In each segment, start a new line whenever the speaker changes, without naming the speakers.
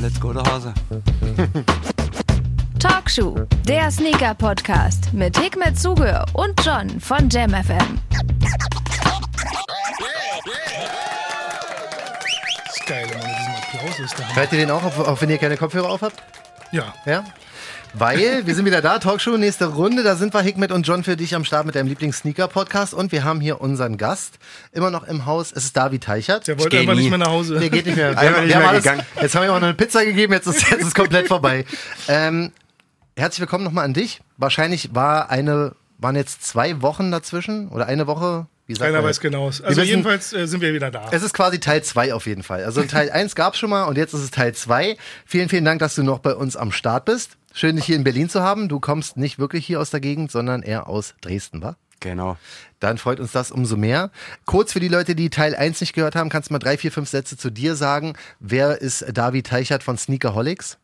let's go to Hause.
Talkshow, der Sneaker-Podcast mit Hikmet Zuge und John von JamFM.
Das ist geil, wenn man mit diesem Applaus ist. Der Hammer.
Hört ihr den auch, auf- auch wenn ihr keine Kopfhörer auf habt?
Ja,
Ja? Weil wir sind wieder da, Talkshow, nächste Runde. Da sind wir Hikmet und John für dich am Start mit deinem Lieblings-Sneaker-Podcast. Und wir haben hier unseren Gast, immer noch im Haus. Es ist David Teichert.
der wollte
geh
einfach
nie.
nicht mehr nach Hause.
Der geht nicht mehr.
Einmal nicht
haben
mehr
alles-
gegangen.
Jetzt haben wir ihm auch noch eine Pizza gegeben, jetzt ist jetzt ist komplett vorbei. Ähm, herzlich willkommen nochmal an dich. Wahrscheinlich war eine, waren jetzt zwei Wochen dazwischen oder eine Woche. Wie sagt
Keiner
man
weiß
das?
genau. Also
wissen-
jedenfalls äh, sind wir wieder da.
Es ist quasi Teil 2 auf jeden Fall. Also Teil 1 gab es schon mal und jetzt ist es Teil 2. Vielen, vielen Dank, dass du noch bei uns am Start bist. Schön, dich hier in Berlin zu haben. Du kommst nicht wirklich hier aus der Gegend, sondern eher aus Dresden, wa?
Genau.
Dann freut uns das umso mehr. Kurz für die Leute, die Teil 1 nicht gehört haben, kannst du mal drei, vier, fünf Sätze zu dir sagen. Wer ist David Teichert von Sneakerholics?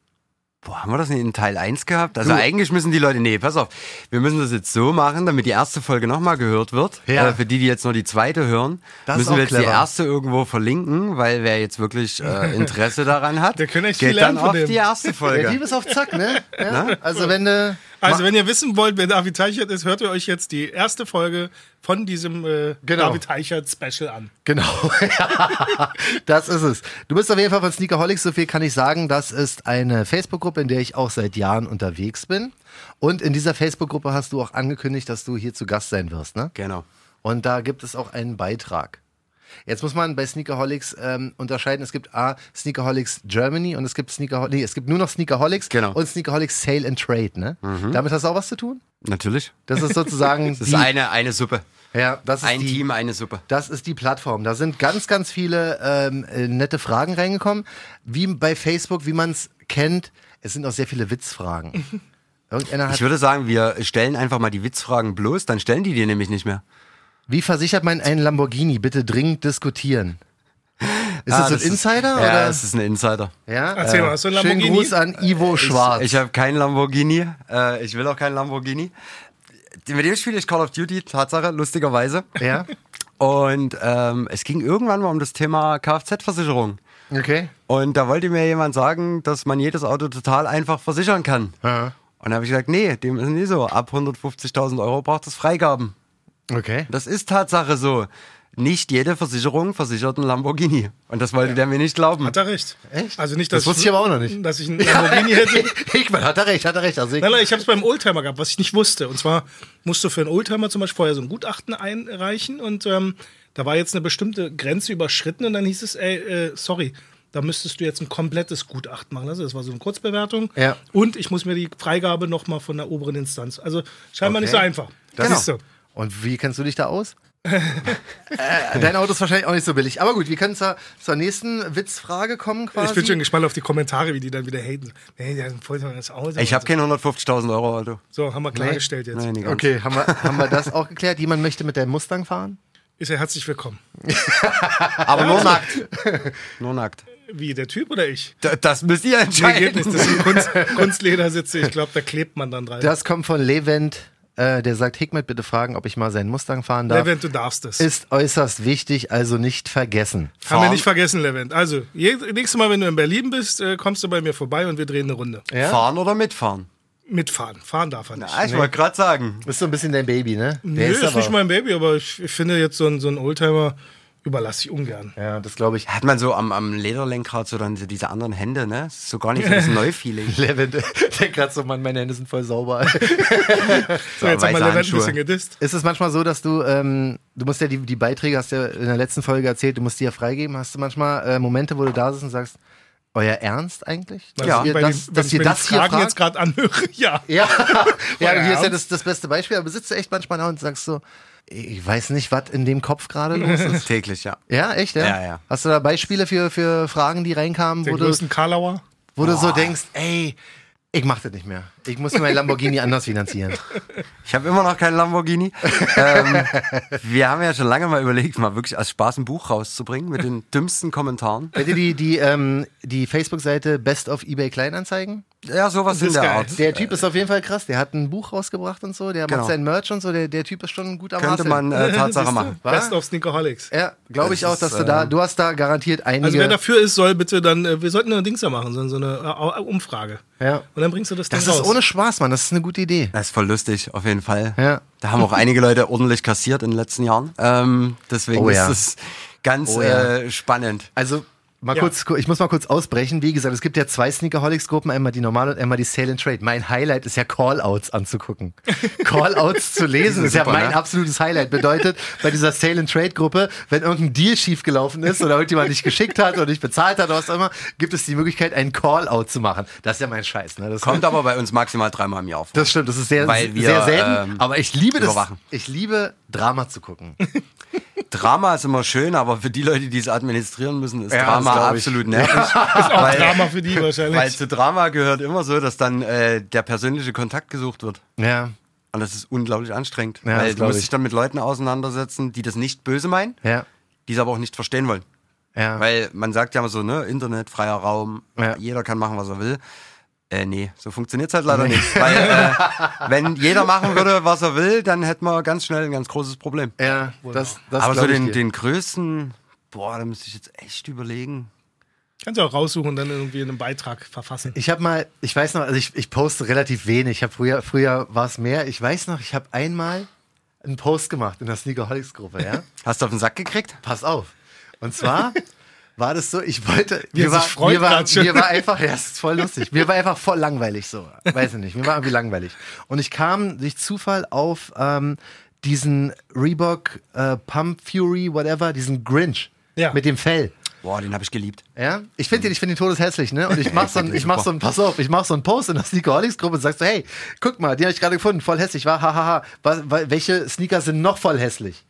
Boah, haben wir das nicht in Teil 1 gehabt? Also
Du-
eigentlich müssen die Leute, nee, pass auf, wir müssen das jetzt so machen, damit die erste Folge nochmal gehört wird.
Ja.
Äh, für die, die jetzt noch die zweite hören,
Das ist
müssen
auch
wir jetzt die
clever.
erste irgendwo verlinken, weil wer jetzt wirklich äh, Interesse daran hat,
Wir können echt viel
geht
lernen
dann
von
auf
dem.
die erste
Der
Folge.
Dieb ist auf Zack, ne? Ja? Also wenn du...
also wenn ihr wissen wollt, wer David Teichert ist, hört ihr euch jetzt die erste Folge von diesem äh,
Genau.
David Teichert Special an.
Genau, ja, das ist es. Du bist auf jeden Fall von Sneakerholics, so viel kann ich sagen. Das ist eine Facebook-Gruppe, in der ich auch seit Jahren unterwegs bin. Und in dieser Facebook-Gruppe hast du auch angekündigt, dass du hier zu Gast sein wirst, ne?
Genau.
Und da gibt es auch einen Beitrag. Jetzt muss man bei Sneakerholics ähm, unterscheiden. Es gibt A, Sneakerholics Germany und es gibt Sneakerholics, nee, es gibt nur noch Sneakerholics
Genau.
und Sneakerholics Sale and Trade, ne? Damit hast du auch was zu tun?
Natürlich.
Das ist sozusagen
Das
die,
ist eine, eine Suppe.
ja, das ist
Ein
die,
Team, eine Suppe.
das ist die Plattform. Da sind ganz, ganz viele ähm, äh, nette Fragen reingekommen. Wie bei Facebook, wie man es kennt, es sind auch sehr viele Witzfragen. Irgendeiner
Ich
hat,
würde sagen, wir stellen einfach mal die Witzfragen bloß, dann stellen die dir nämlich nicht mehr.
wie versichert man einen Lamborghini? Bitte dringend diskutieren. Ist Ah, das so ein Insider?
Ah, Ist,
oder?
Ja, es ist ein Insider.
ja?
Erzähl mal, hast du einen
Schönen
Lamborghini?
Gruß an Ivo Schwarz.
Ich, ich habe keinen Lamborghini. Äh, ich will auch keinen Lamborghini. Mit dem spiele ich Call of Duty, Tatsache, lustigerweise.
ja?
Und ähm, es ging irgendwann mal um das Thema Kfz-Versicherung.
Okay.
Und da wollte mir jemand sagen, dass man jedes Auto total einfach versichern kann.
Aha.
Und da habe ich gesagt, nee, dem ist nicht so. Ab 150.000 Euro braucht es Freigaben.
Okay.
Das ist Tatsache so. Nicht jede Versicherung versichert einen Lamborghini. Und das wollte der mir nicht glauben.
Hat er recht.
Echt?
Also nicht,
Das
dass
wusste ich aber auch noch nicht.
Dass ich einen Lamborghini hätte.
Hickman, hat er recht, hat er recht. Also ich,
Nein, nein, ich habe es beim Oldtimer gehabt, was ich nicht wusste. Und zwar musst du für einen Oldtimer zum Beispiel vorher so ein Gutachten einreichen und ähm, da war jetzt eine bestimmte Grenze überschritten und dann hieß es, ey, äh, sorry, da müsstest du jetzt ein komplettes Gutachten machen. Also das war so eine Kurzbewertung.
Ja.
Und ich muss mir die Freigabe nochmal von der oberen Instanz. Also scheinbar
Okay. Genau.
nicht so einfach.
Das
Siehst du.
Und wie kennst du dich da aus? äh, dein Auto ist wahrscheinlich auch nicht so billig. Aber gut, wir können zur, zur nächsten Witzfrage kommen quasi.
Ich bin schon gespannt auf die Kommentare, wie die dann wieder haten. Nee, der hat ein voll tolles Auto.
Ich habe
Und
kein 150.000 Euro Auto.
Also so. so, haben wir klargestellt jetzt.
Nein, egal.
Okay, haben wir, haben wir das auch geklärt? Jemand möchte mit deinem Mustang fahren?
Ist er herzlich willkommen.
Aber nur nackt. Nur nackt.
Wie, der Typ oder ich?
D- Das müsst ihr
Nee, geht
entscheiden.
nicht. Das sind Kunst, Kunstledersitze. Ich glaube, da klebt man dann rein.
Das kommt von Levent, äh, der sagt, Hikmet, bitte fragen, ob ich mal seinen Mustang fahren darf.
Levent, du darfst es.
Ist äußerst wichtig, also nicht vergessen.
Haben wir
fahren.
nicht vergessen, Levent. Also, je, nächstes Mal, wenn du in Berlin bist, äh, kommst du bei mir vorbei und wir drehen eine Runde.
Fahren oder mitfahren?
Mitfahren. Fahren darf er nicht.
Ah, ich wollte gerade sagen.
Ist so ein bisschen dein Baby, ne?
Nö, ist, nicht mein Baby, aber ich, ich finde jetzt so ein, so ein Oldtimer überlasse ich ungern.
Ja, das glaube ich.
Hat man so am, am Lederlenkrad so dann so diese anderen Hände, ne? Ist so gar nicht so das Neufeeling.
Levent, der gerade so, Mann, meine Hände sind voll sauber.
So, jetzt haben wir
weiße
Levent ein
Handschuhe.
bisschen gedisst.
Ist es manchmal so, dass du, ähm, du musst ja die, die Beiträge, hast du ja in der letzten Folge erzählt, du musst die ja freigeben. Hast du manchmal äh, Momente, wo du da sitzt und sagst, euer Ernst eigentlich? Dass
Ja.
Also,
ihr
Bei den-
das,
wenn
dass
ich
ihr
mir die
das hier
Fragen
fragt?
jetzt gerade anhöre, ja.
Ja, ja hier ist ja
Ernst?
das, das beste Beispiel. Aber sitzt du echt manchmal da und sagst so, ich weiß nicht, was in dem Kopf gerade los ist.
Täglich, ja.
Ja, echt, ja?
Ja, ja.
Hast du da Beispiele für, für Fragen, die reinkamen,
Den
wo du,
größten Karlauer.
wo du so denkst, ey, Ich mach das nicht mehr. Ich muss mein Lamborghini anders finanzieren.
Ich habe immer noch keinen Lamborghini. ähm, wir haben ja schon lange mal überlegt, mal wirklich als Spaß ein Buch rauszubringen mit den dümmsten Kommentaren.
Kennt ihr die, die, ähm, die Facebook-Seite Best of eBay Kleinanzeigen?
Ja, sowas
Das
in
ist
der
geil.
Art.
Der Typ ist auf jeden Fall krass. Der hat ein Buch rausgebracht und so. Der
Genau.
macht sein Merch und so. Der, der Typ ist schon gut am
Könnte
Hasseln.
man äh, Tatsache
Siehst du?
machen.
Best of Sneakerholics.
Ja, glaube ich
Das
auch, dass
ist,
du da,
äh,
du hast da garantiert einige.
Also wer dafür ist, soll bitte dann, äh, wir sollten eine Dings da machen, so, so eine äh, Umfrage.
Ja.
Und dann bringst du das,
das
Ding
ist
raus.
ohne Spaß, Mann. Das ist eine gute Idee.
Das ist voll lustig, auf jeden Fall.
Ja.
Da haben auch einige Leute ordentlich kassiert in den letzten Jahren. Ähm, deswegen
Oh ja.
ist es ganz
Oh ja.
äh, spannend.
Also mal
Ja.
kurz, ich muss mal kurz ausbrechen. Wie gesagt, es gibt ja zwei Sneakerholics-Gruppen, einmal die normale und einmal die Sale and Trade. Mein Highlight ist ja Callouts anzugucken. Callouts zu lesen ist ja
Super,
mein
ne?
absolutes Highlight. Bedeutet bei dieser Sale and Trade-Gruppe, wenn irgendein Deal schiefgelaufen ist oder irgendjemand nicht geschickt hat oder nicht bezahlt hat oder was auch immer, gibt es die Möglichkeit, einen Callout zu machen. Das ist ja mein Scheiß. Ne? Das
Kommt aber bei uns maximal dreimal im Jahr vor.
Das stimmt, das ist sehr,
Weil wir,
sehr selten.
ähm,
aber ich liebe das.
überwachen.
Ich liebe Drama zu gucken.
Drama ist immer schön, aber für die Leute, die es administrieren müssen, ist
Ja, das
Drama
glaub ich.
absolut nervig.
Ist auch
Weil-
Drama für die
Weil
wahrscheinlich.
zu Drama gehört immer so, dass dann äh, der persönliche Kontakt gesucht wird.
Ja.
Und das ist unglaublich anstrengend.
Ja, das
weil du
glaub
musst
ich.
dich dann mit Leuten auseinandersetzen, die das nicht böse meinen,
Ja.
die es aber auch nicht verstehen wollen.
Ja.
Weil man sagt ja immer so, ne, Internet, freier Raum,
Ja.
jeder kann machen, was er will. Äh, nee, so funktioniert's halt leider nicht. Weil, äh, wenn jeder machen würde, was er will, dann hätten wir ganz schnell ein ganz großes Problem.
ja, das, das
aber so
glaub ich
den,
dir.
den größten, boah, da müsste ich jetzt echt überlegen.
Kannst du auch raussuchen und dann irgendwie einen Beitrag verfassen.
Ich habe mal, ich weiß noch, also ich, ich poste relativ wenig. Ich habe früher, früher war es mehr. Ich weiß noch, ich habe einmal einen Post gemacht in der Sneakerholics-Gruppe, ja?
Hast du auf den Sack gekriegt?
Pass auf. Und zwar war das so, ich wollte,
Wie er
mir
sich
war,
freut
mir war,
grad schon.
mir war einfach, ja, es ist voll lustig. Mir war einfach voll langweilig so. Weiß ich nicht, mir war irgendwie langweilig. Und ich kam durch Zufall auf ähm, diesen Reebok äh, Pump Fury, whatever, diesen Grinch
Ja.
mit dem Fell.
Boah, den habe ich geliebt.
Ja, ich finde den, ich finde den todeshässlich, ne? Und ich mach so ein, ich mach so ein, pass auf, ich mach so einen Post in der Sneakerholics-Gruppe und sag so, hey, guck mal, den habe ich gerade gefunden, voll hässlich, war, hahaha, was, wa- welche Sneaker sind noch voll hässlich?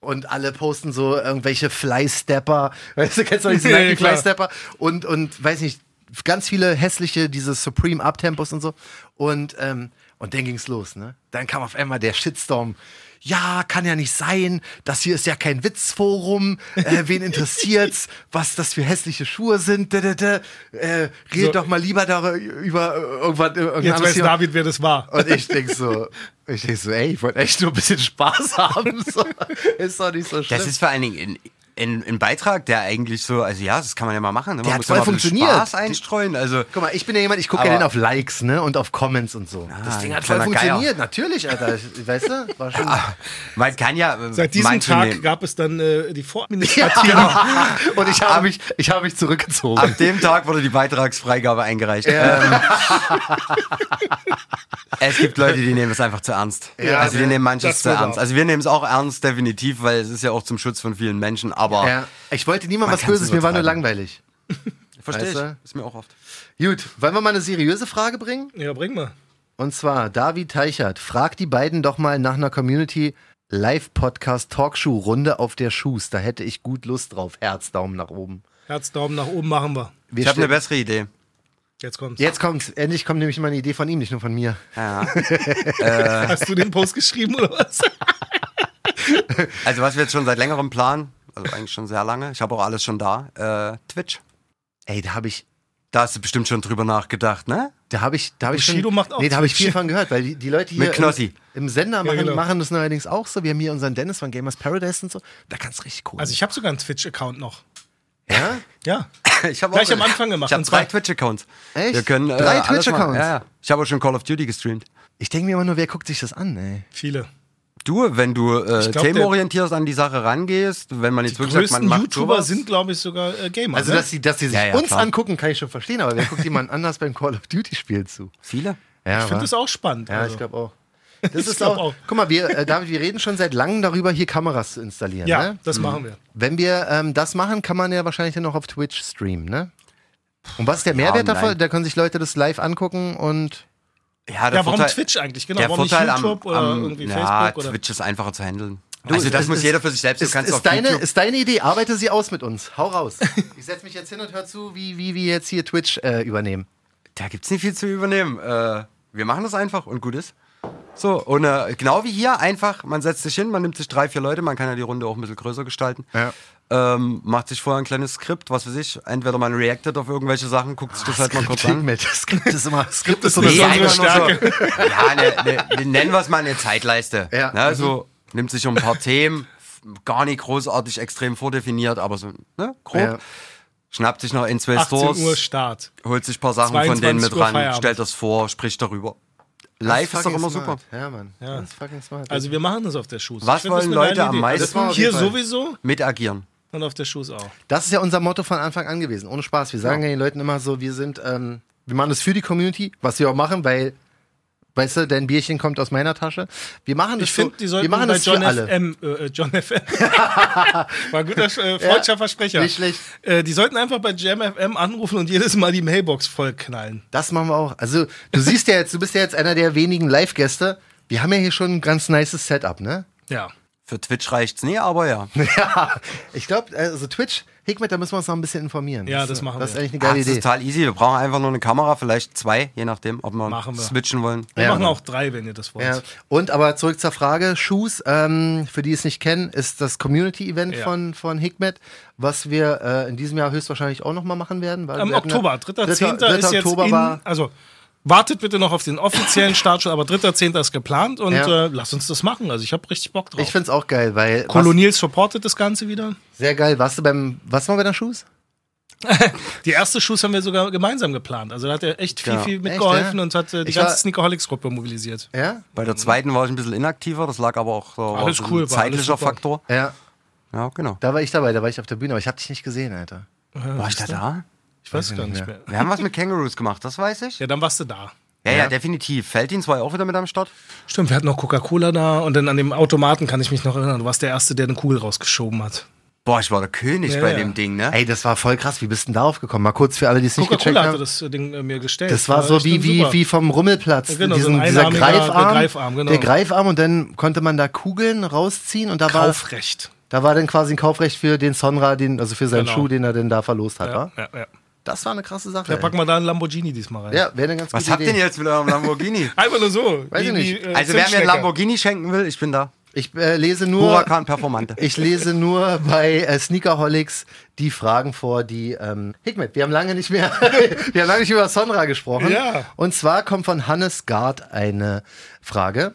Und alle posten so irgendwelche Fly-Stepper, weißt du, kennst du noch diese
Ja,
Nike
klar.
Fly-Stepper? Und, und, weiß nicht, ganz viele hässliche, diese Supreme Uptempos und so. Und, ähm, und dann ging's los, ne? Dann kam auf einmal der Shitstorm. Ja, kann ja nicht sein. Das hier ist ja kein Witzforum. Äh, wen interessiert's, was das für hässliche Schuhe sind? Da, da, da. Äh, redet
So.
doch mal lieber darüber über äh, irgendwas. äh, irgendein
Jetzt
anderes
weiß
Thema.
David, wer das war.
Und ich denk so, ich denk so, ey, ich wollte echt nur ein bisschen Spaß haben. So. Ist doch nicht so schlimm.
Das ist vor allen Dingen ein, ein, ein Beitrag, der eigentlich so, also ja, das kann man ja mal machen. ne? Man
Der hat
ja
voll
mal ein bisschen
funktioniert.
Spaß einstreuen. Also,
Guck mal, ich bin ja jemand, ich gucke ja
Aber-
dann auf Likes, ne? Und auf Comments und so. Ah, das Ding
ein
hat voll
kleiner Geier.
funktioniert, natürlich, Alter. Ich- Weißt du? War schon.
man kann ja. äh,
Seit diesem
manche
Tag
nehmen.
gab es dann äh, die Vorministertin.
Und ich habe mich, ich habe mich zurückgezogen.
Ab dem Tag wurde die Beitragsfreigabe eingereicht. Ähm, es gibt Leute, die nehmen es einfach zu ernst.
Ja,
also die
ja,
nehmen
das
manches zu
wohl
ernst.
wahr.
Also wir nehmen es auch ernst, definitiv, weil es ist ja auch zum Schutz von vielen Menschen. Aber
Ja. Ich wollte niemandem
Man
was
kann's
Böses, mir war nur
übertreiben.
langweilig.
verstehe
Weißt du?
ich, ist mir auch oft.
Gut, wollen wir mal eine seriöse Frage bringen?
ja, bring mal.
Und zwar, David Teichert, frag die beiden doch mal nach einer Community Live-Podcast-Talkshow-Runde auf der Schuhs. Da hätte ich gut Lust drauf. Herz, Daumen nach oben.
Herz, Daumen nach oben machen wir.
Wir
ich habe eine
stellen-
bessere Idee.
Jetzt kommt's. Äh.
Jetzt kommt's. Endlich kommt nämlich mal eine Idee von ihm, nicht nur von mir.
Ja.
Hast du den Post geschrieben oder was?
Also was wir jetzt schon seit längerem planen, also eigentlich schon sehr lange, ich habe auch alles schon da, äh, Twitch.
Ey, da habe ich
Da hast du bestimmt schon drüber nachgedacht, ne?
Da habe ich, da habe ich schon,
Bushido macht auch
nee, da habe ich viel
Twitch.
von gehört, weil die, die Leute hier
Mit Knossi.
Im, im Sender machen,
genau.
machen das neuerdings auch so. Wir haben hier unseren Dennis von Gamers Paradise und so. Da kannst du richtig cool.
Also ich habe sogar einen Twitch-Account noch.
ja?
Ja.
Ich habe
Gleich am Anfang gemacht,
Ich habe
und zwar-
drei Twitch-Accounts.
Echt?
Wir können, äh,
Drei
alles machen.
Twitch-Accounts?
Ja, ja. Ich habe auch schon Call of Duty gestreamt.
Ich denke mir immer nur, wer guckt sich das an, ey?
Viele.
Du, wenn du äh,
Ich glaub, der-
themenorientierst an die Sache rangehst, wenn man jetzt wirklich sagt, man
Größten
macht
YouTuber
sowas,
sind, glaube ich, sogar äh, Gamer.
Also,
ne?
dass sie, dass sie sich
Ja, ja,
uns
klar.
angucken, kann ich schon verstehen, aber wer guckt jemand anders beim Call of Duty Spiel zu?
viele.
Ja,
ich finde das auch spannend.
Ja,
also.
ich glaube auch. Das
Ich
ist
glaub
auch,
auch.
Guck mal, wir, äh, David, wir reden schon seit langem darüber, hier Kameras zu installieren.
Ja,
ne?
das machen wir.
Wenn wir ähm, das machen, kann man ja wahrscheinlich dann noch auf Twitch streamen, ne? Und was ist der
nein.
Mehrwert davon? Da können sich Leute das live angucken und
Ja, der
Ja, warum
Vorteil,
Twitch eigentlich? Genau,
der
warum
Vorteil
nicht
am,
YouTube oder
am,
irgendwie
ja,
Facebook? Oder?
Twitch ist einfacher zu handeln.
Du,
also das
es-
muss
es-
jeder für sich selbst.
Ist,
du kannst
ist,
auf
deine,
YouTube.
ist deine Idee, arbeite sie aus mit uns. Hau raus. ich setze mich jetzt hin und hör zu, wie, wie wir jetzt hier Twitch äh, übernehmen.
da gibt's nicht viel zu übernehmen. Äh, wir machen das einfach und gut ist. So, und äh, genau wie hier, einfach, man setzt sich hin, man nimmt sich drei, vier Leute, man kann ja die Runde auch ein bisschen größer gestalten.
Ja.
Ähm, macht sich vorher ein kleines Skript, was weiß ich. Entweder man reactet auf irgendwelche Sachen, guckt sich das halt mal kurz an.
mit. Skript ist immer, Skript ist so
Das
eine
ist
Nee,
Sache.
unsere
einfach nur So, ja, ne, ne, nennen wir es mal eine Zeitleiste.
Ja.
Ne, so, nimmt sich um ein paar Themen, f- gar nicht großartig extrem vordefiniert, aber so ne, grob.
Ja.
Schnappt sich noch ein, zwei
18 Uhr
Stores,
Start.
holt sich ein paar Sachen von
22
denen mit
Uhr
ran,
Feierabend.
stellt das vor, spricht darüber. Live ist doch immer super.
Ja, Mann. Das ist fucking smart.
Also wir machen das auf der Schuss.
Was
Ich find das
wollen
eine geile
Leute am
Idee.
meisten?
Also
Das machen
wir auf
hier
jeden Fall.
sowieso
Mit agieren.
und auf der Schuss auch.
Das ist ja unser Motto von Anfang an gewesen, ohne Spaß. Wir sagen ja, den Leuten immer so, wir sind, ähm, wir machen das für die Community, was wir auch machen, weil, weißt du, dein Bierchen kommt aus meiner Tasche. Wir machen das
Ich finde,
so,
die sollten
wir machen
bei
das
John
für alle.
FM, äh, äh, John FM, war ein guter äh, freudscher Versprecher.
Nicht schlecht.
Äh, die sollten einfach bei Jam FM anrufen und jedes Mal die Mailbox vollknallen.
Das machen wir auch. Also, du siehst ja jetzt, du bist ja jetzt einer der wenigen Live-Gäste. Wir haben ja hier schon ein ganz nices Setup, ne?
Ja.
Für Twitch reicht's nie, aber ja.
Ja, ich glaube, also Twitch, Hikmet, da müssen wir uns noch ein bisschen informieren.
Ja, das machen
Das ist
wir.
eigentlich eine
Ah,
geile
das ist
Idee.
total easy. Wir brauchen einfach nur eine Kamera, vielleicht zwei, je nachdem, ob wir,
Machen wir.
switchen wollen.
Wir
Ja,
machen
genau.
auch drei, wenn ihr das wollt. Ähm,
Ja. Und aber zurück zur Frage, Shoes, ähm, für die es nicht kennen, ist das Community-Event
Ja.
von, von Hikmet, was wir äh, in diesem Jahr höchstwahrscheinlich auch nochmal machen werden. Weil
Am
wir hatten ja-
Oktober, 3.10. ist jetzt
Oktober
in,
war,
also wartet bitte noch auf den offiziellen Start schon, aber 3.10. ist geplant und
Ja.
äh, lasst uns das machen. Also ich habe richtig Bock drauf.
ich find's auch geil, weil, was,
Kolonial supportet das Ganze wieder.
sehr geil, warst du beim, was war bei der Shoes?
Die erste Schuss haben wir sogar gemeinsam geplant. Also da hat er echt viel,
Ja.
viel
Echt,
mitgeholfen
ja?
und hat äh, die
Ich war-
ganze Sneakerholics-Gruppe mobilisiert.
Ja?
Bei der zweiten war ich ein bisschen inaktiver, das lag aber auch so
Alles
so
cool,
ein
war alles
zeitlicher
super.
Faktor.
Ja,
Ja, genau.
da war ich dabei, da war ich auf der Bühne, aber ich hab dich nicht gesehen, Alter.
War ich da da?
Ich weiß gar nicht mehr.
Wir haben was mit Kangaroos gemacht, das weiß ich.
Ja, dann warst du da.
Ja, ja, definitiv. Feldins war ja auch wieder mit am Start.
Stimmt, wir hatten noch Coca-Cola da und dann an dem Automaten kann ich mich noch erinnern. Du warst der Erste, der eine Kugel rausgeschoben hat.
Boah, ich war der König
Ja,
bei
ja.
dem Ding, ne?
Ey, das war voll krass, wie bist denn darauf gekommen? Mal kurz für alle, die es nicht gecheckt
Coca-Cola hatte
haben.
das äh, Ding äh, mir gestellt.
Das war so
echt
wie, wie,
super.
wie vom Rummelplatz.
Ja, genau,
diesen,
so ein
dieser
einarmiger-
Greifarm.
der Greifarm, genau.
Der Greifarm und dann konnte man da Kugeln rausziehen und da war,
Kaufrecht.
da war dann quasi ein Kaufrecht für den Sonra, den, also für seinen
Genau.
Schuh, den er denn da verlost hat.
Ja,
wa?
ja, ja.
Das war eine krasse Sache.
Da
ey.
packen wir da einen Lamborghini diesmal rein.
ja, wäre eine ganz
Was
gute
habt
Idee.
ihr denn jetzt mit eurem Lamborghini?
Einfach nur so.
Weiß ich nicht.
äh,
also, wer mir
Zimtschnecke.
einen Lamborghini schenken will, ich bin da.
Ich äh, lese nur,
Huracan Performante.
ich lese nur bei äh, Sneakerholics die Fragen vor, die ähm, Hikmet, wir haben lange nicht mehr, wir haben lange nicht über Sonra gesprochen.
Ja.
Und zwar kommt von Hannes Gard eine Frage.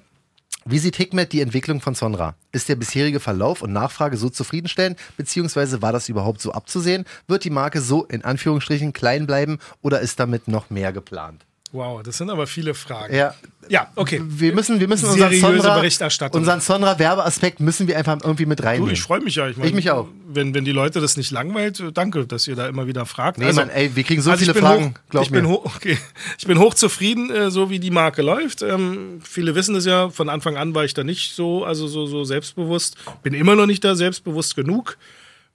Wie sieht Hikmet die Entwicklung von Sonra? Ist der bisherige Verlauf und Nachfrage so zufriedenstellend, beziehungsweise war das überhaupt so abzusehen? Wird die Marke so in Anführungsstrichen klein bleiben oder ist damit noch mehr geplant?
Wow, das sind aber viele Fragen.
Ja,
Ja, okay.
wir müssen, wir müssen unseren
Seriöse
Sonra,
Berichterstattung.
unseren Sonra Werbeaspekt müssen wir einfach irgendwie mit
Du,
reinnehmen.
ich freue mich ja. Ich, mein,
Ich mich auch.
Wenn, wenn die Leute das nicht langweilt, äh, danke, dass ihr da immer wieder fragt.
Nee, Mann, ey, wir kriegen so
Also, ich
viele
bin
Fragen,
Hoch,
glaub
ich, bin
mir.
hoch, okay. ich bin hochzufrieden, äh, so wie die Marke läuft. Ähm, viele wissen es ja, von Anfang an war ich da nicht so, also so, so selbstbewusst. Bin immer noch nicht da selbstbewusst genug.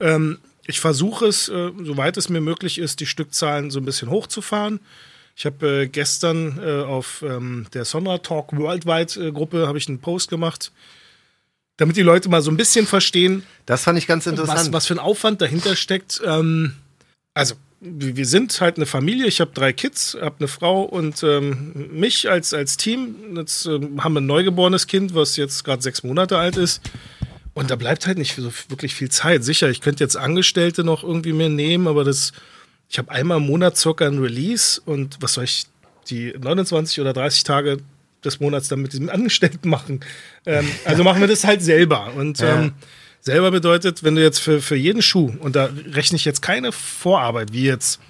Ähm, ich versuche es, äh, soweit es mir möglich ist, die Stückzahlen so ein bisschen hochzufahren. Ich habe äh, gestern äh, auf ähm, der Sonra Talk Worldwide äh, Gruppe habe ich einen Post gemacht, damit die Leute mal so ein bisschen verstehen,
Das fand ich ganz interessant.
was, was für ein Aufwand dahinter steckt. Ähm, also, wir wir sind halt eine Familie. Ich habe drei Kids, habe eine Frau und ähm, mich als, als Team. Jetzt ähm, haben wir ein neugeborenes Kind, was jetzt gerade sechs Monate alt ist. Und da bleibt halt nicht so wirklich viel Zeit. Sicher, ich könnte jetzt Angestellte noch irgendwie mir nehmen, aber das, ich habe einmal im Monat circa ein Release und was soll ich die 29 oder 30 Tage des Monats dann mit diesem Angestellten machen? Ähm, also machen wir das halt selber. Und ähm, selber bedeutet, wenn du jetzt für, für jeden Schuh, und da rechne ich jetzt keine Vorarbeit, wie jetzt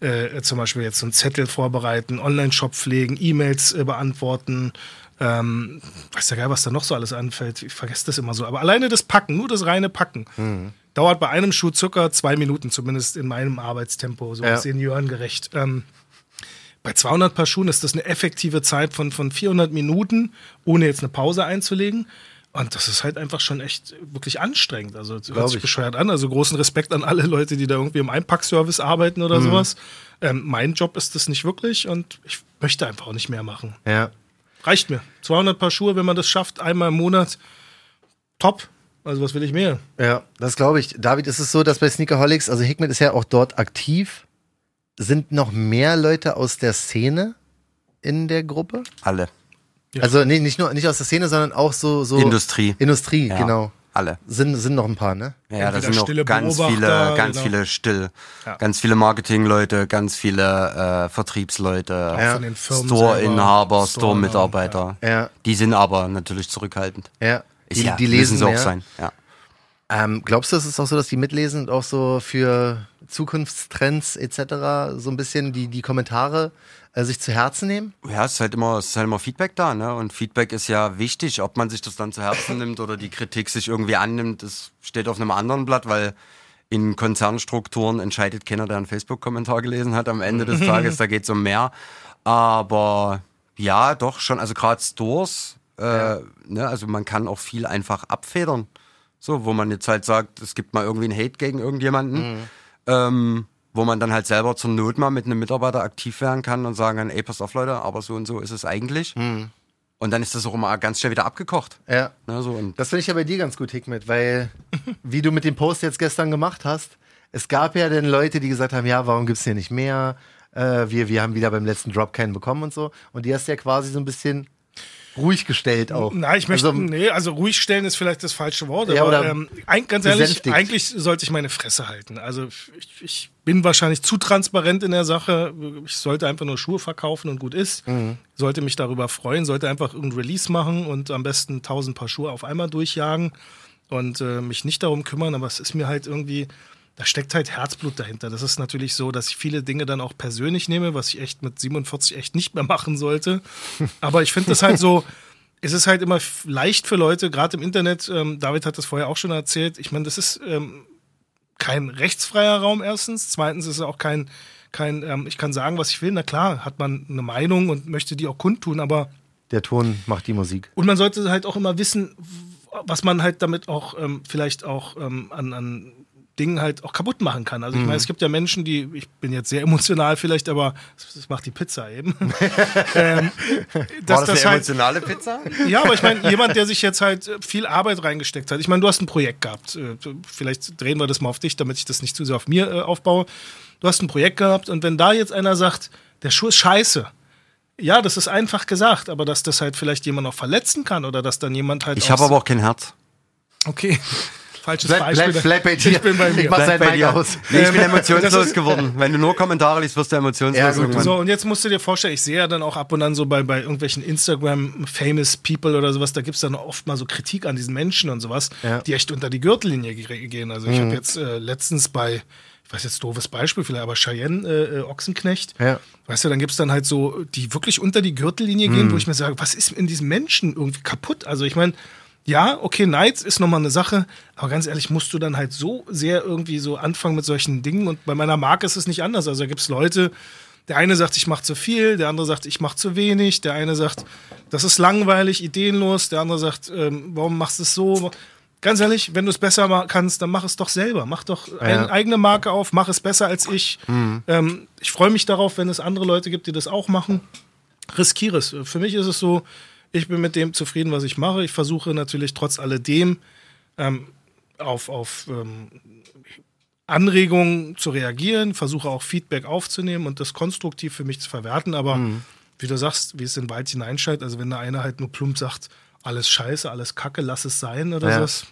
äh, zum Beispiel jetzt so einen Zettel vorbereiten, Online-Shop pflegen, E-Mails äh, beantworten, ähm, weiß ja geil, was da noch so alles anfällt. Ich vergesse das immer so. Aber alleine das Packen, nur das reine Packen,
Mhm.
dauert bei einem Schuh circa zwei Minuten, zumindest in meinem Arbeitstempo, so
Ja.
seniorengerecht. Ähm, bei 200 Paar Schuhen ist das eine effektive Zeit von, von 400 Minuten, ohne jetzt eine Pause einzulegen. Und das ist halt einfach schon echt wirklich anstrengend. Also das hört
Glaub
sich
ich.
bescheuert an. Also großen Respekt an alle Leute, die da irgendwie im Einpackservice arbeiten
Mhm.
oder sowas. Ähm, mein Job ist das nicht wirklich und ich möchte einfach auch nicht mehr machen.
ja.
Reicht mir. 200 Paar Schuhe, wenn man das schafft, einmal im Monat. Top. Also was will ich mehr?
Ja, das glaube ich. David, ist es so, dass bei Sneakerholics, also Hickman ist ja auch dort aktiv. sind noch mehr Leute aus der Szene in der Gruppe?
Alle.
Also nee, nicht nur nicht aus der Szene, sondern auch so so
Industrie.
Industrie,
Ja.
genau.
Alle.
Sind sind noch ein paar, ne?
Ja, da
Entweder
sind noch
stille
ganz
Beobachter,
viele, ganz
genau.
viele still,
Ja.
ganz viele Marketingleute, ganz viele äh, Vertriebsleute,
von den Firmen
Store-Inhaber,
selber,
Store-Mitarbeiter.
Ja.
Die sind aber natürlich zurückhaltend.
Ja.
Ist ja,
die
müssen
lesen
sie auch
mehr.
sein. Ja.
Ähm, glaubst du, es ist auch so, dass die mitlesen und auch so für Zukunftstrends etc. so ein bisschen die, die Kommentare äh, sich zu Herzen nehmen?
Ja, es ist halt immer, es ist halt immer Feedback da, ne? Und Feedback ist ja wichtig, ob man sich das dann zu Herzen nimmt oder die Kritik sich irgendwie annimmt, das steht auf einem anderen Blatt, weil in Konzernstrukturen entscheidet keiner, der einen Facebook-Kommentar gelesen hat am Ende des Tages, da geht's um mehr. Aber ja, doch schon, also gerade Stores, äh, ne, also man kann auch viel einfach abfedern. So, wo man jetzt halt sagt, es gibt mal irgendwie einen Hate gegen irgendjemanden ähm, wo man dann halt selber zur Not mal mit einem Mitarbeiter aktiv werden kann und sagen kann, ey, pass auf, Leute, aber so und so ist es eigentlich.
Hm.
Und dann ist das auch immer ganz schnell wieder abgekocht.
Ja.
Ne, so und
Das finde ich ja bei dir ganz gut, Hikmet, weil wie du mit dem Post jetzt gestern gemacht hast, es gab ja dann Leute, die gesagt haben, ja, warum gibt es hier nicht mehr? Äh, wir, wir haben wieder beim letzten Drop keinen bekommen und so. Und die hast du ja quasi so ein bisschen ruhig gestellt auch.
Na, ich möchte,
Also,
nee, also ruhig stellen ist vielleicht das falsche Wort,
Ja,
aber
oder
ähm, ein, ganz ehrlich,
besänftigt.
eigentlich sollte ich meine Fresse halten. Also ich, ich bin wahrscheinlich zu transparent in der Sache. Ich sollte einfach nur Schuhe verkaufen und gut ist.
Mhm.
Sollte mich darüber freuen, sollte einfach irgendein Release machen und am besten tausend Paar Schuhe auf einmal durchjagen und äh, mich nicht darum kümmern, aber es ist mir halt irgendwie. Da steckt halt Herzblut dahinter. Das ist natürlich so, dass ich viele Dinge dann auch persönlich nehme, was ich echt mit 47 echt nicht mehr machen sollte. Aber ich finde das halt so, es ist halt immer f- leicht für Leute, gerade im Internet, ähm, David hat das vorher auch schon erzählt, ich meine, das ist ähm, kein rechtsfreier Raum erstens, zweitens ist es auch kein, kein ähm, ich kann sagen, was ich will, na klar, hat man eine Meinung und möchte die auch kundtun, aber
der Ton macht die Musik.
und man sollte halt auch immer wissen, w- was man halt damit auch ähm, vielleicht auch ähm, an, an Dingen halt auch kaputt machen kann. Also ich
Mhm.
meine, es gibt ja Menschen, die, ich bin jetzt sehr emotional vielleicht, aber das, das macht die Pizza eben. ähm,
war
dass
das, eine
halt-
emotionale Pizza?
ja, aber ich meine, jemand, der sich jetzt halt äh, viel Arbeit reingesteckt hat. Ich meine, du hast ein Projekt gehabt. Äh, Vielleicht drehen wir das mal auf dich, damit ich das nicht zu sehr auf mir äh, aufbaue. Du hast ein Projekt gehabt und wenn da jetzt einer sagt, der Schuh ist scheiße. Ja, das ist einfach gesagt, aber dass das halt vielleicht jemand auch verletzen kann oder dass dann jemand halt
Ich habe aber auch kein Herz.
Okay. Falsches
Bleib,
Beispiel.
bleib, bleib bei dir.
Ich bin bei mir.
Ich mach sein
Bleib bei
Mic
dir.
aus.
Nee, ich bin
Ähm, das
emotionslos
ist-
geworden. Wenn du nur Kommentare liest, wirst du emotionslos
Ja, gut,
irgendwann.
Also So, und jetzt musst du dir vorstellen, ich sehe ja dann auch ab und an so bei, bei irgendwelchen Instagram-Famous People oder sowas, da gibt es dann oft mal so Kritik an diesen Menschen und sowas,
Ja. Mhm.
die echt unter die Gürtellinie ge- gehen. Also ich habe jetzt äh, letztens bei, ich weiß jetzt doofes Beispiel vielleicht, aber Cheyenne äh, äh, Ochsenknecht,
Ja.
weißt du, dann gibt es dann halt so, die wirklich unter die Gürtellinie gehen, wo ich mir sage, was ist in diesem Menschen irgendwie kaputt? Also ich meine, ja, okay, Neid ist nochmal eine Sache, aber ganz ehrlich, musst du dann halt so sehr irgendwie so anfangen mit solchen Dingen und bei meiner Marke ist es nicht anders. Also da gibt es Leute, der eine sagt, ich mache zu viel, der andere sagt, ich mache zu wenig, der eine sagt, das ist langweilig, ideenlos, der andere sagt, ähm, warum machst du es so? Ganz ehrlich, wenn du es besser ma- kannst, dann mach es doch selber. Mach doch eine eigene Marke auf, mach es besser als ich.
Mhm.
Ähm, ich freue mich darauf, wenn es andere Leute gibt, die das auch machen riskiere es. Für mich ist es so, ich bin mit dem zufrieden, was ich mache. Ich versuche natürlich trotz alledem ähm, auf, auf ähm, Anregungen zu reagieren, versuche auch Feedback aufzunehmen und das konstruktiv für mich zu verwerten. Aber
Mhm.
wie du sagst, wie es den Wald hineinschallt, also wenn da einer halt nur plump sagt, alles scheiße, alles kacke, lass es sein oder
Ja.
so,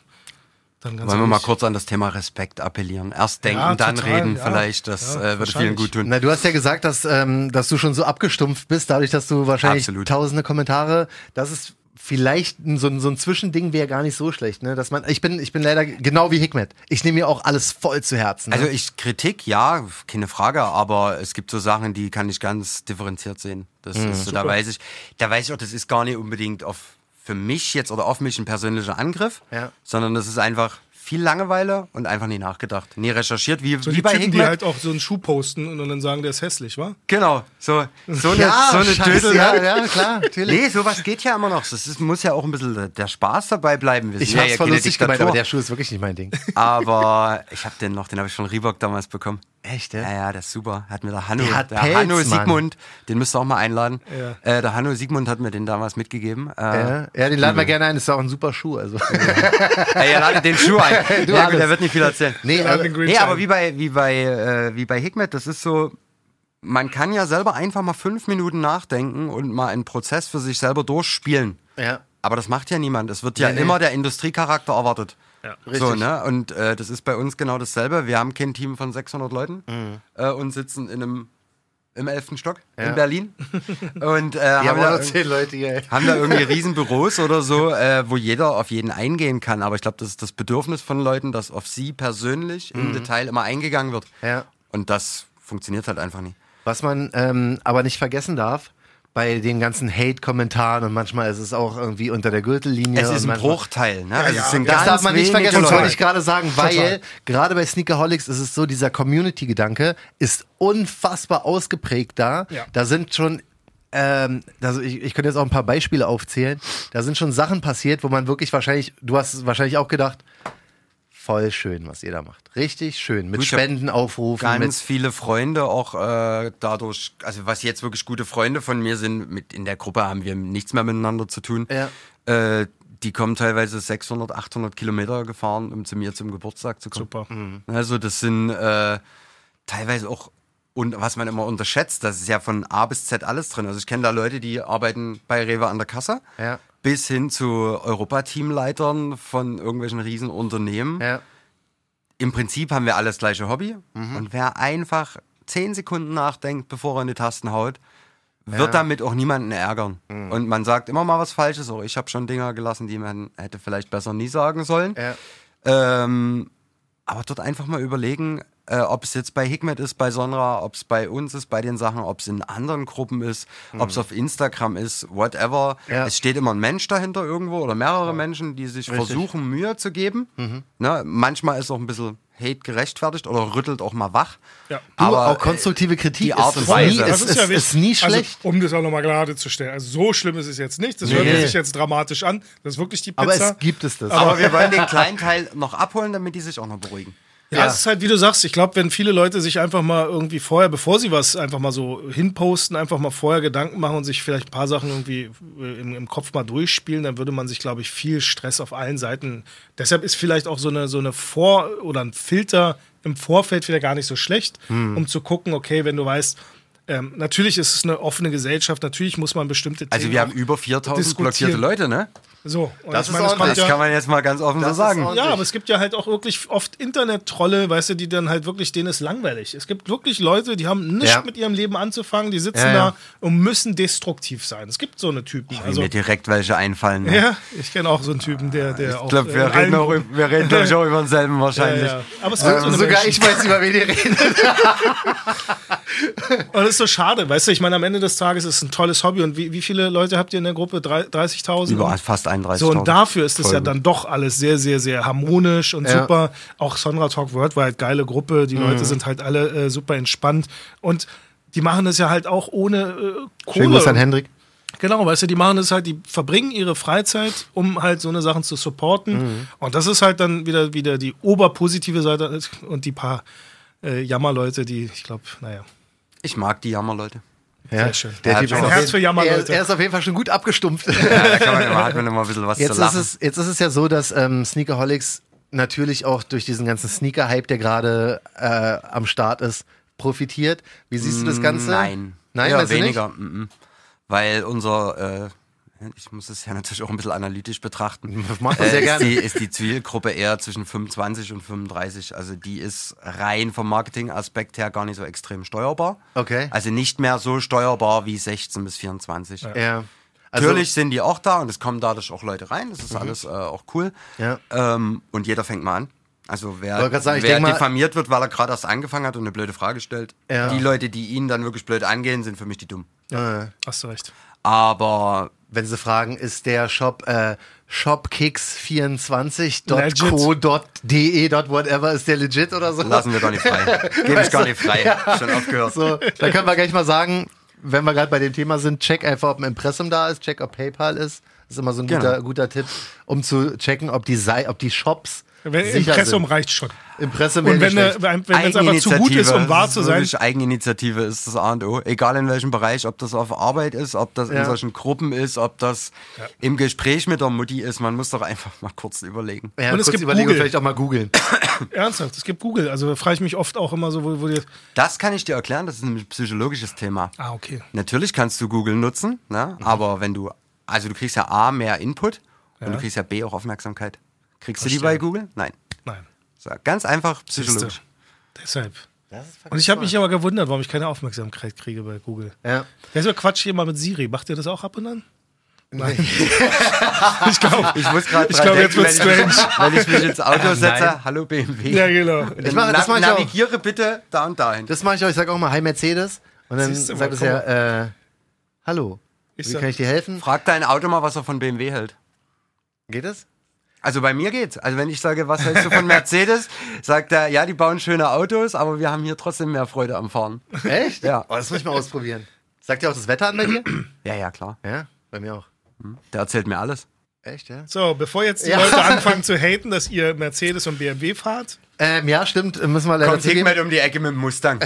dann ganz
Wollen wir mal
ehrlich.
kurz an das Thema Respekt appellieren. Erst denken,
Ja,
dann
total,
reden
ja.
vielleicht. Das
Ja,
äh, würde vielen gut tun.
Na, du hast ja gesagt, dass, ähm, dass du schon so abgestumpft bist, dadurch, dass du wahrscheinlich
Absolut.
tausende Kommentare, das ist vielleicht ein- so, ein- so ein Zwischending wäre gar nicht so schlecht, ne? Dass man, ich bin, ich bin leider genau wie Hikmet. Ich nehme mir auch alles voll zu Herzen. Ne?
Also ich Kritik, ja, keine Frage, aber es gibt so Sachen, die kann ich ganz differenziert sehen. Das
Mhm,
ist so, da weiß ich, da weiß ich auch, das ist gar nicht unbedingt auf für mich jetzt oder auf mich ein persönlicher Angriff,
Ja.
sondern das ist einfach viel Langeweile und einfach nie nachgedacht, nie recherchiert, wie,
so
wie
die
bei
Typen, die
Hickman.
halt auch so einen Schuh posten und dann sagen, der ist hässlich, wa?
Genau, so, so eine, so eine
scheiße,
Dödel.
ja,
ne?
ja, klar, natürlich.
Nee, sowas geht ja immer noch. Das ist, muss ja auch ein bisschen der Spaß dabei bleiben. Wir
ich
sind
hab's
ja
voll
keine
lustig gemeint, aber
Diktatur.
der Schuh ist wirklich nicht mein Ding.
Aber ich habe den noch, den habe ich von Reebok damals bekommen.
Echt,
Ja, ja, der ist super. Hat mir der Hanno,
Der hat
der
Pelz,
Hanno
Mann.
Siegmund, den müsst ihr auch mal einladen.
Ja.
Äh, der Hanno Siegmund hat mir den damals mitgegeben. Äh,
Ja, ja, den laden wir gerne ein, das ist auch ein super Schuh. Also.
Ey, er Äh, ladet den Schuh ein.
Du
ja,
alles.
gut, er wird nicht viel erzählen.
nee,
Ja,
aber,
den Green
Nee, aber
Giant.
wie bei, wie bei, äh, wie bei Hikmet, das ist so, man kann ja selber einfach mal fünf Minuten nachdenken und mal einen Prozess für sich selber durchspielen.
Ja.
Aber das macht ja niemand. Es wird ja
Nee, nee.
immer der Industriecharakter erwartet.
Ja,
So,
richtig.
ne? Und äh, das ist bei uns genau dasselbe. Wir haben kein Team von 600 Leuten äh, und sitzen in einem, im 11. Stock
Mhm. Ja.
in Berlin. und äh, haben,
Wir haben
da
auch noch
irg-
zehn Leute hier. ey.
haben da irgendwie Riesenbüros oder so, äh, wo jeder auf jeden eingehen kann. Aber ich glaube, das ist das Bedürfnis von Leuten, dass auf sie persönlich im Detail immer eingegangen wird.
Mhm. Ja.
Und das funktioniert halt einfach nie.
Was man ähm, aber nicht vergessen darf, bei den ganzen Hate-Kommentaren und manchmal ist es auch irgendwie unter der Gürtellinie.
Es
und
ist ein
manchmal-
Bruchteil, ne? also es sind
Das
ganz
darf man
wenige
nicht vergessen, das
Leute.
wollte ich gerade sagen, weil gerade bei Sneakerholics ist es so, dieser Community-Gedanke ist unfassbar ausgeprägt da.
Ja.
Da sind schon, ähm, also ich, ich könnte jetzt auch ein paar Beispiele aufzählen, da sind schon Sachen passiert, wo man wirklich wahrscheinlich, du hast es wahrscheinlich auch gedacht, voll schön, was ihr da macht. Richtig schön, mit
Du, ich hab
Spendenaufrufen, mit
Ganz viele Freunde auch äh, dadurch, also was jetzt wirklich gute Freunde von mir sind, mit in der Gruppe haben wir nichts mehr miteinander zu tun.
Ja.
Äh, die kommen teilweise 600, 800 Kilometer gefahren, um zu mir zum Geburtstag zu kommen.
Super.
Also das sind äh, teilweise auch, und was man immer unterschätzt, das ist ja von A bis Z alles drin. Also ich kenne da Leute, die arbeiten bei Rewe an der Kasse,
Ja.
bis hin zu Europateamleitern von irgendwelchen Riesenunternehmen
ja,
im Prinzip haben wir alles gleiche Hobby.
Mhm.
Und wer einfach zehn Sekunden nachdenkt, bevor er in die Tasten haut, wird damit auch niemanden ärgern.
Mhm.
Und man sagt immer mal was Falsches. Auch ich habe schon Dinger gelassen, die man hätte vielleicht besser nie sagen sollen.
ja.
Ähm, aber dort einfach mal überlegen, äh, ob es jetzt bei Hikmet ist, bei Sonra, ob es bei uns ist, bei den Sachen, ob es in anderen Gruppen ist, ob es auf Instagram ist, whatever.
Mhm. Ja.
Es steht immer ein Mensch dahinter irgendwo oder mehrere Menschen, die sich versuchen, Mühe zu geben. Ne? Manchmal ist auch ein bisschen Hate gerechtfertigt oder rüttelt auch mal wach.
Ja.
Du,
Aber äh,
auch konstruktive Kritik
die Art und
ist, nie,
Weise.
ist,
Das
ist,
ist ja wichtig.
ist nie schlecht.
Also, um das auch nochmal gerade zu stellen. Also so schlimm ist es jetzt nicht. Das
Nee.
hört sich jetzt dramatisch an. Das ist wirklich die Pizza.
aber es gibt es das.
aber wir wollen den kleinen Teil noch abholen, damit die sich auch noch beruhigen.
Ja, es ist halt, wie du sagst, ich glaube, wenn viele Leute sich einfach mal irgendwie vorher, bevor sie was einfach mal so hinposten, einfach mal vorher Gedanken machen und sich vielleicht ein paar Sachen irgendwie äh, im, im Kopf mal durchspielen, dann würde man sich, glaube ich, viel Stress auf allen Seiten. Deshalb ist vielleicht auch so eine, so eine Vor- oder ein Filter im Vorfeld wieder gar nicht so schlecht,
Hm.
um zu gucken, okay, wenn du weißt, ähm, natürlich ist es eine offene Gesellschaft, natürlich muss man bestimmte
Also
Themen
wir haben
auch-
über 4000
Diskutieren.
blockierte Leute, ne?
So, und ich
Das ist
meine,
ordentlich.
kommt
Das kann man jetzt mal ganz offen
Das
so
ist
sagen.
ordentlich.
ja, aber es gibt ja halt auch wirklich oft Internet-Trolle, weißt du, die dann halt wirklich, denen ist langweilig. Es gibt wirklich Leute, die haben nichts
Ja.
mit ihrem Leben anzufangen, die sitzen
Ja, ja.
da und müssen destruktiv sein. Es gibt so eine Typen.
Wie
also,
mir direkt welche einfallen. Ne?
ja, ich kenne auch so einen Typen, der, der auch.
Ich glaube,
äh,
wir,
in allen
reden auch
Gruppen-
über- wir reden, glaube ich, auch über denselben
ja,
wahrscheinlich. Ähm,
ja. Aber es gibt so
so,
eine
sogar
Menschen.
ich weiß, über wen ihr redet.
Und das ist so schade, weißt du, ich meine, am Ende des Tages ist es ein tolles Hobby und wie, wie viele Leute habt ihr in der Gruppe? Drei- 30.000?
Über fast 31.000.
So, und dafür ist es
Voll
ja
gut.
dann doch alles sehr, sehr, sehr harmonisch und
Ja. Mhm.
super. Auch Sonra Talk Worldwide, geile Gruppe. Die Leute sind halt alle äh, super entspannt. Und die machen das ja halt auch ohne äh, Kohle.
Hendrik.
Genau, weißt du, die machen das halt, die verbringen ihre Freizeit, um halt so eine Sachen zu supporten.
Mhm.
Und das ist halt dann wieder, wieder die oberpositive Seite und die paar äh, Jammerleute, die, ich glaube, naja,
Ich mag die Jammerleute.
Ja,
sehr schön.
Der
Ja,
typ
schon.
ist
Ein
auf
Herz
jeden-
für Jammerleute.
Er, er ist auf jeden Fall schon gut abgestumpft.
Ja, da kann man, hat man immer ein bisschen was
jetzt,
zu
ist
lachen.
es, jetzt ist es ja so, dass ähm, Sneakerholics natürlich auch durch diesen ganzen Sneaker-Hype, der gerade äh, am Start ist, profitiert. Wie siehst du das Ganze?
Mm, Nein.
Nein,
ja,
meinst du nicht?
weniger. Mhm. Weil unser, äh, ich muss es ja natürlich auch ein bisschen analytisch betrachten. äh,
Das macht man sehr
ist,
gerne.
die, ist die Zielgruppe eher zwischen 25 und 35. Also die ist rein vom Marketingaspekt her gar nicht so extrem steuerbar.
Okay.
Also nicht mehr so steuerbar wie 16 bis 24.
Ja. Also, Mhm.
Natürlich sind die auch da und es kommen dadurch auch Leute rein. Das ist alles äh, auch cool.
Ja.
Ähm, und jeder fängt mal an. Also wer,
Wollte grad sagen, ich
wer
denk mal-
diffamiert wird, weil er gerade erst angefangen hat und eine blöde Frage stellt,
Ja.
die Leute, die ihn dann wirklich blöd angehen, sind für mich die dumm.
Äh,
Hast du recht.
Aber
wenn sie fragen, ist der Shop äh, shopkicks24.co.de, whatever, ist der legit oder so?
lassen wir gar nicht frei. Gebe ich gar nicht frei. Schon aufgehört.
So, da können wir gleich mal sagen, wenn wir gerade bei dem Thema sind, check einfach, ob ein Impressum da ist, check, ob PayPal ist. Das ist immer so ein
Genau.
guter, guter Tipp, um zu checken, ob die, Sei ob die Shops
Wenn,
sicher
Impressum
sind.
reicht schon.
Impressum
Und
wäre
wenn äh,
nicht
es
schlecht.
einfach zu gut ist, um wahr
das
zu sein,
Wirklich Eigeninitiative ist das A und O. Egal in welchem Bereich, ob das auf Arbeit ist, ob das
Ja.
in solchen Gruppen ist, ob das im Gespräch mit der Mutti ist. Man muss doch einfach mal kurz überlegen.
ja,
Und es
kurz
gibt
überlegen,
Google.
vielleicht auch mal googeln.
Ernsthaft, es gibt Google. Also frage ich mich oft auch immer so, wo, wo die.
Das kann ich dir erklären, das ist ein psychologisches Thema.
Ah, okay.
Natürlich kannst du Google nutzen, ne? aber wenn du, also du kriegst ja A, mehr Input und du kriegst ja B, auch Aufmerksamkeit. Kriegst du die bei Google? Nein.
Nein.
So, ganz einfach
Siehste.
psychologisch.
Deshalb. Und ich habe mich aber gewundert, warum ich keine Aufmerksamkeit kriege bei Google.
Ja.
Deshalb quatsch ich immer mit Siri. Macht ihr das auch ab und an? Nein. ich glaube,
Ich muss gerade
Ich
dran
glaub,
denken,
jetzt wird's
wenn, ich, wenn ich mich ins Auto setze,
nein.
hallo BMW.
ja, genau.
Ich
mache- das mache ich auch.
navigiere bitte da und dahin.
Das mache ich auch. Ich sage auch mal, hi Mercedes. Und dann
Siehst du mal,
sagt es
guck
ja, äh, hallo,
Ich
wie
sag-
kann ich dir helfen?
Frag dein Auto mal, was er von BMW hält.
Geht es?
Also bei mir geht's. Also wenn ich sage, was hältst du von Mercedes, sagt er, ja, die bauen schöne Autos, aber wir haben hier trotzdem mehr Freude am Fahren.
Echt?
Ja.
Oh, das muss ich mal ausprobieren. Sagt dir auch das Wetter an bei dir?
Ja, ja, klar.
ja, bei mir auch.
Der erzählt mir alles.
Echt, ja?
So, bevor jetzt die
Ja.
Leute anfangen zu haten, dass ihr Mercedes und BMW fahrt,
Ähm, ja, stimmt, müssen wir leider zugeben.
um die Ecke mit dem Mustang.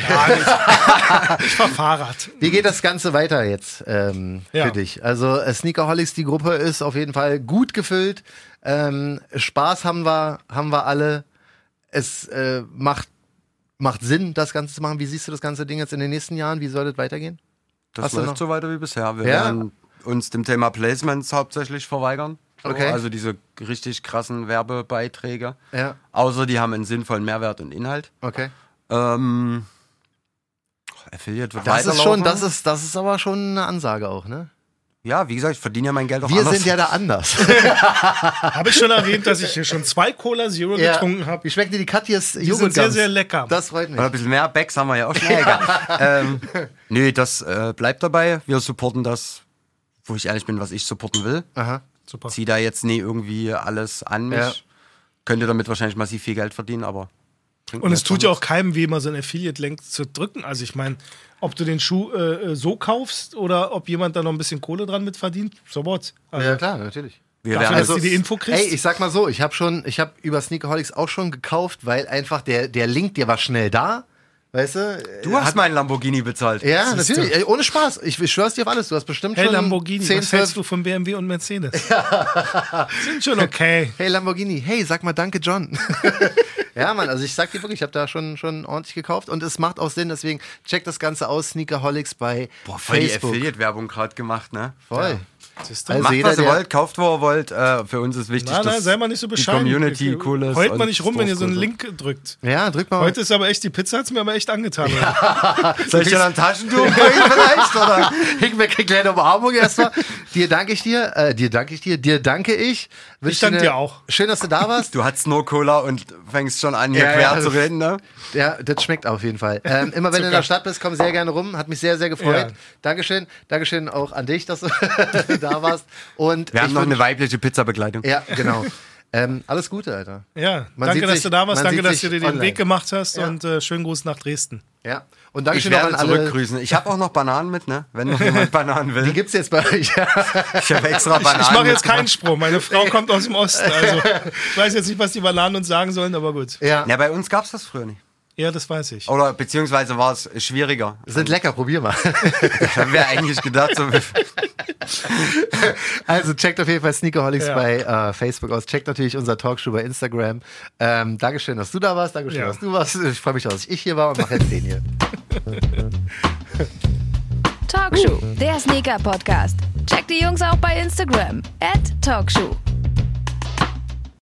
ich fahr Fahrrad.
Wie geht das Ganze weiter jetzt ähm,
Ja.
für dich? Also äh, Sneakerholics, die Gruppe ist auf jeden Fall gut gefüllt. Ähm, Spaß haben wir, haben wir alle. Es äh, macht, macht Sinn, das Ganze zu machen. Wie siehst du das ganze Ding jetzt in den nächsten Jahren? Wie soll das weitergehen?
Das
Hast du noch-
läuft so weiter wie bisher. Wir
Ja?
werden uns dem Thema Placements hauptsächlich verweigern. So,
Okay.
Also diese richtig krassen Werbebeiträge.
Ja,
Außer die haben einen sinnvollen Mehrwert und Inhalt.
okay.
Ähm, Affiliate wird
Das ist schon,
weiterlaufen.
das ist, das ist aber schon eine Ansage auch, ne?
Ja, wie gesagt, ich verdiene ja mein Geld auch
Wir
anders.
sind ja da anders.
Habe ich schon erwähnt, dass ich hier schon zwei Cola Zero
Ja.
getrunken habe.
Wie schmeckt dir die Katjes
Die sind
Joghurt?
sehr, sehr lecker.
Das freut mich.
Oder ein bisschen mehr Backs haben wir ja auch schon. ähm, nee, das äh, bleibt dabei. Wir supporten das, wo ich ehrlich bin, was ich supporten will.
Aha.
Super.
Zieh da jetzt nie irgendwie alles an mich.
Ja.
Könnte damit wahrscheinlich massiv viel Geld verdienen, aber. bringt
Und
mir
es tut ja auch keinem weh, mal so einen Affiliate-Link zu drücken. Also ich meine, ob du den Schuh äh, äh, so kaufst oder ob jemand da noch ein bisschen Kohle dran mitverdient, so what. Also,
Ja, klar, natürlich.
Wir
Dafür,
werden
dass
also,
die die Info kriegst.
Ey, ich sag mal so, ich habe schon, ich habe über Sneakerholics auch schon gekauft, weil einfach der, der Link, der war schnell da, weißt du?
du hast meinen Lamborghini bezahlt.
Ja,
Siehste.
natürlich, ey, ohne Spaß. Ich, ich schwör's dir auf alles, du hast bestimmt
hey
schon
Lamborghini,
10,
was hältst
12,
du von BMW und Mercedes? Sind schon okay.
Hey Lamborghini, hey, sag mal danke John. ja, Mann, also ich sag dir wirklich, ich habe da schon schon ordentlich gekauft und es macht auch Sinn, deswegen check das ganze aus Sneakerholics bei
Boah, voll
Facebook.
die Affiliate-Werbung gerade gemacht, ne?
Voll.
Siehst du?
Also
Macht,
jeder,
was ihr
der-
wollt, kauft, wo ihr wollt. Äh, für uns ist wichtig,
Na, na,
dass
sei mal nicht so
die
bescheiden.
Community cool ist.
Heult mal
und
nicht rum, wenn ihr so einen
cool
Link drückt.
Ja, drück mal.
Heute ist aber echt, die Pizza hat es mir aber echt angetan.
ist. Soll ich dir dann ein Taschentuch bringen vielleicht? Oder?
Hickmeck, kleine Umarmung erstmal. Dir danke ich dir, äh, dir danke ich dir, dir danke ich. Wünsch
danke
eine-
dir auch.
Schön, dass du da warst.
Du hattest nur Cola und fängst schon an, hier
Ja,
quer
ja.
zu reden, ne?
Ja, das schmeckt auf jeden Fall. Ähm, immer wenn du in der Stadt bist, komm sehr gerne rum. Hat mich sehr, sehr gefreut.
Ja.
Dankeschön. Dankeschön auch an dich, dass du da warst. Und
Wir haben
ich
noch eine
wünsch-
weibliche Pizzabegleitung.
Ja, genau. Ähm, alles Gute, Alter.
Ja,
Man
danke,
sieht
dass
sich-
du da warst,
man
danke,
sieht
dass
sich
du dir den
online.
Weg gemacht hast und äh, schönen Gruß nach Dresden.
Ja. Und
Ich
Dankeschön auch an
werde
alle.
zurückgrüßen. Ich habe auch noch Bananen mit, ne? Wenn noch jemand Bananen will.
Die gibt's jetzt bei euch. Ja.
Ich habe extra
Ich,
Bananen.
ich mache jetzt
mitgebracht.
keinen Sprung. Meine Frau kommt aus dem Osten. Also ich weiß jetzt nicht, was die Bananen uns sagen sollen, aber gut.
ja.
Ja, bei uns gab es das früher nicht.
Ja, das weiß ich.
Oder beziehungsweise war es schwieriger.
Sind lecker, probier mal.
Ich habe mir eigentlich gedacht, so,
Also checkt auf jeden Fall Sneakerholics
Ja.
bei äh, Facebook aus. Checkt natürlich unser Talkshow bei Instagram. Ähm, Dankeschön, dass du da warst. Dankeschön,
Ja.
dass du warst. Ich freue mich, dass ich hier war und mache jetzt den hier.
Talkshow, der Sneaker-Podcast. Check die Jungs auch bei Instagram. At Talkshow.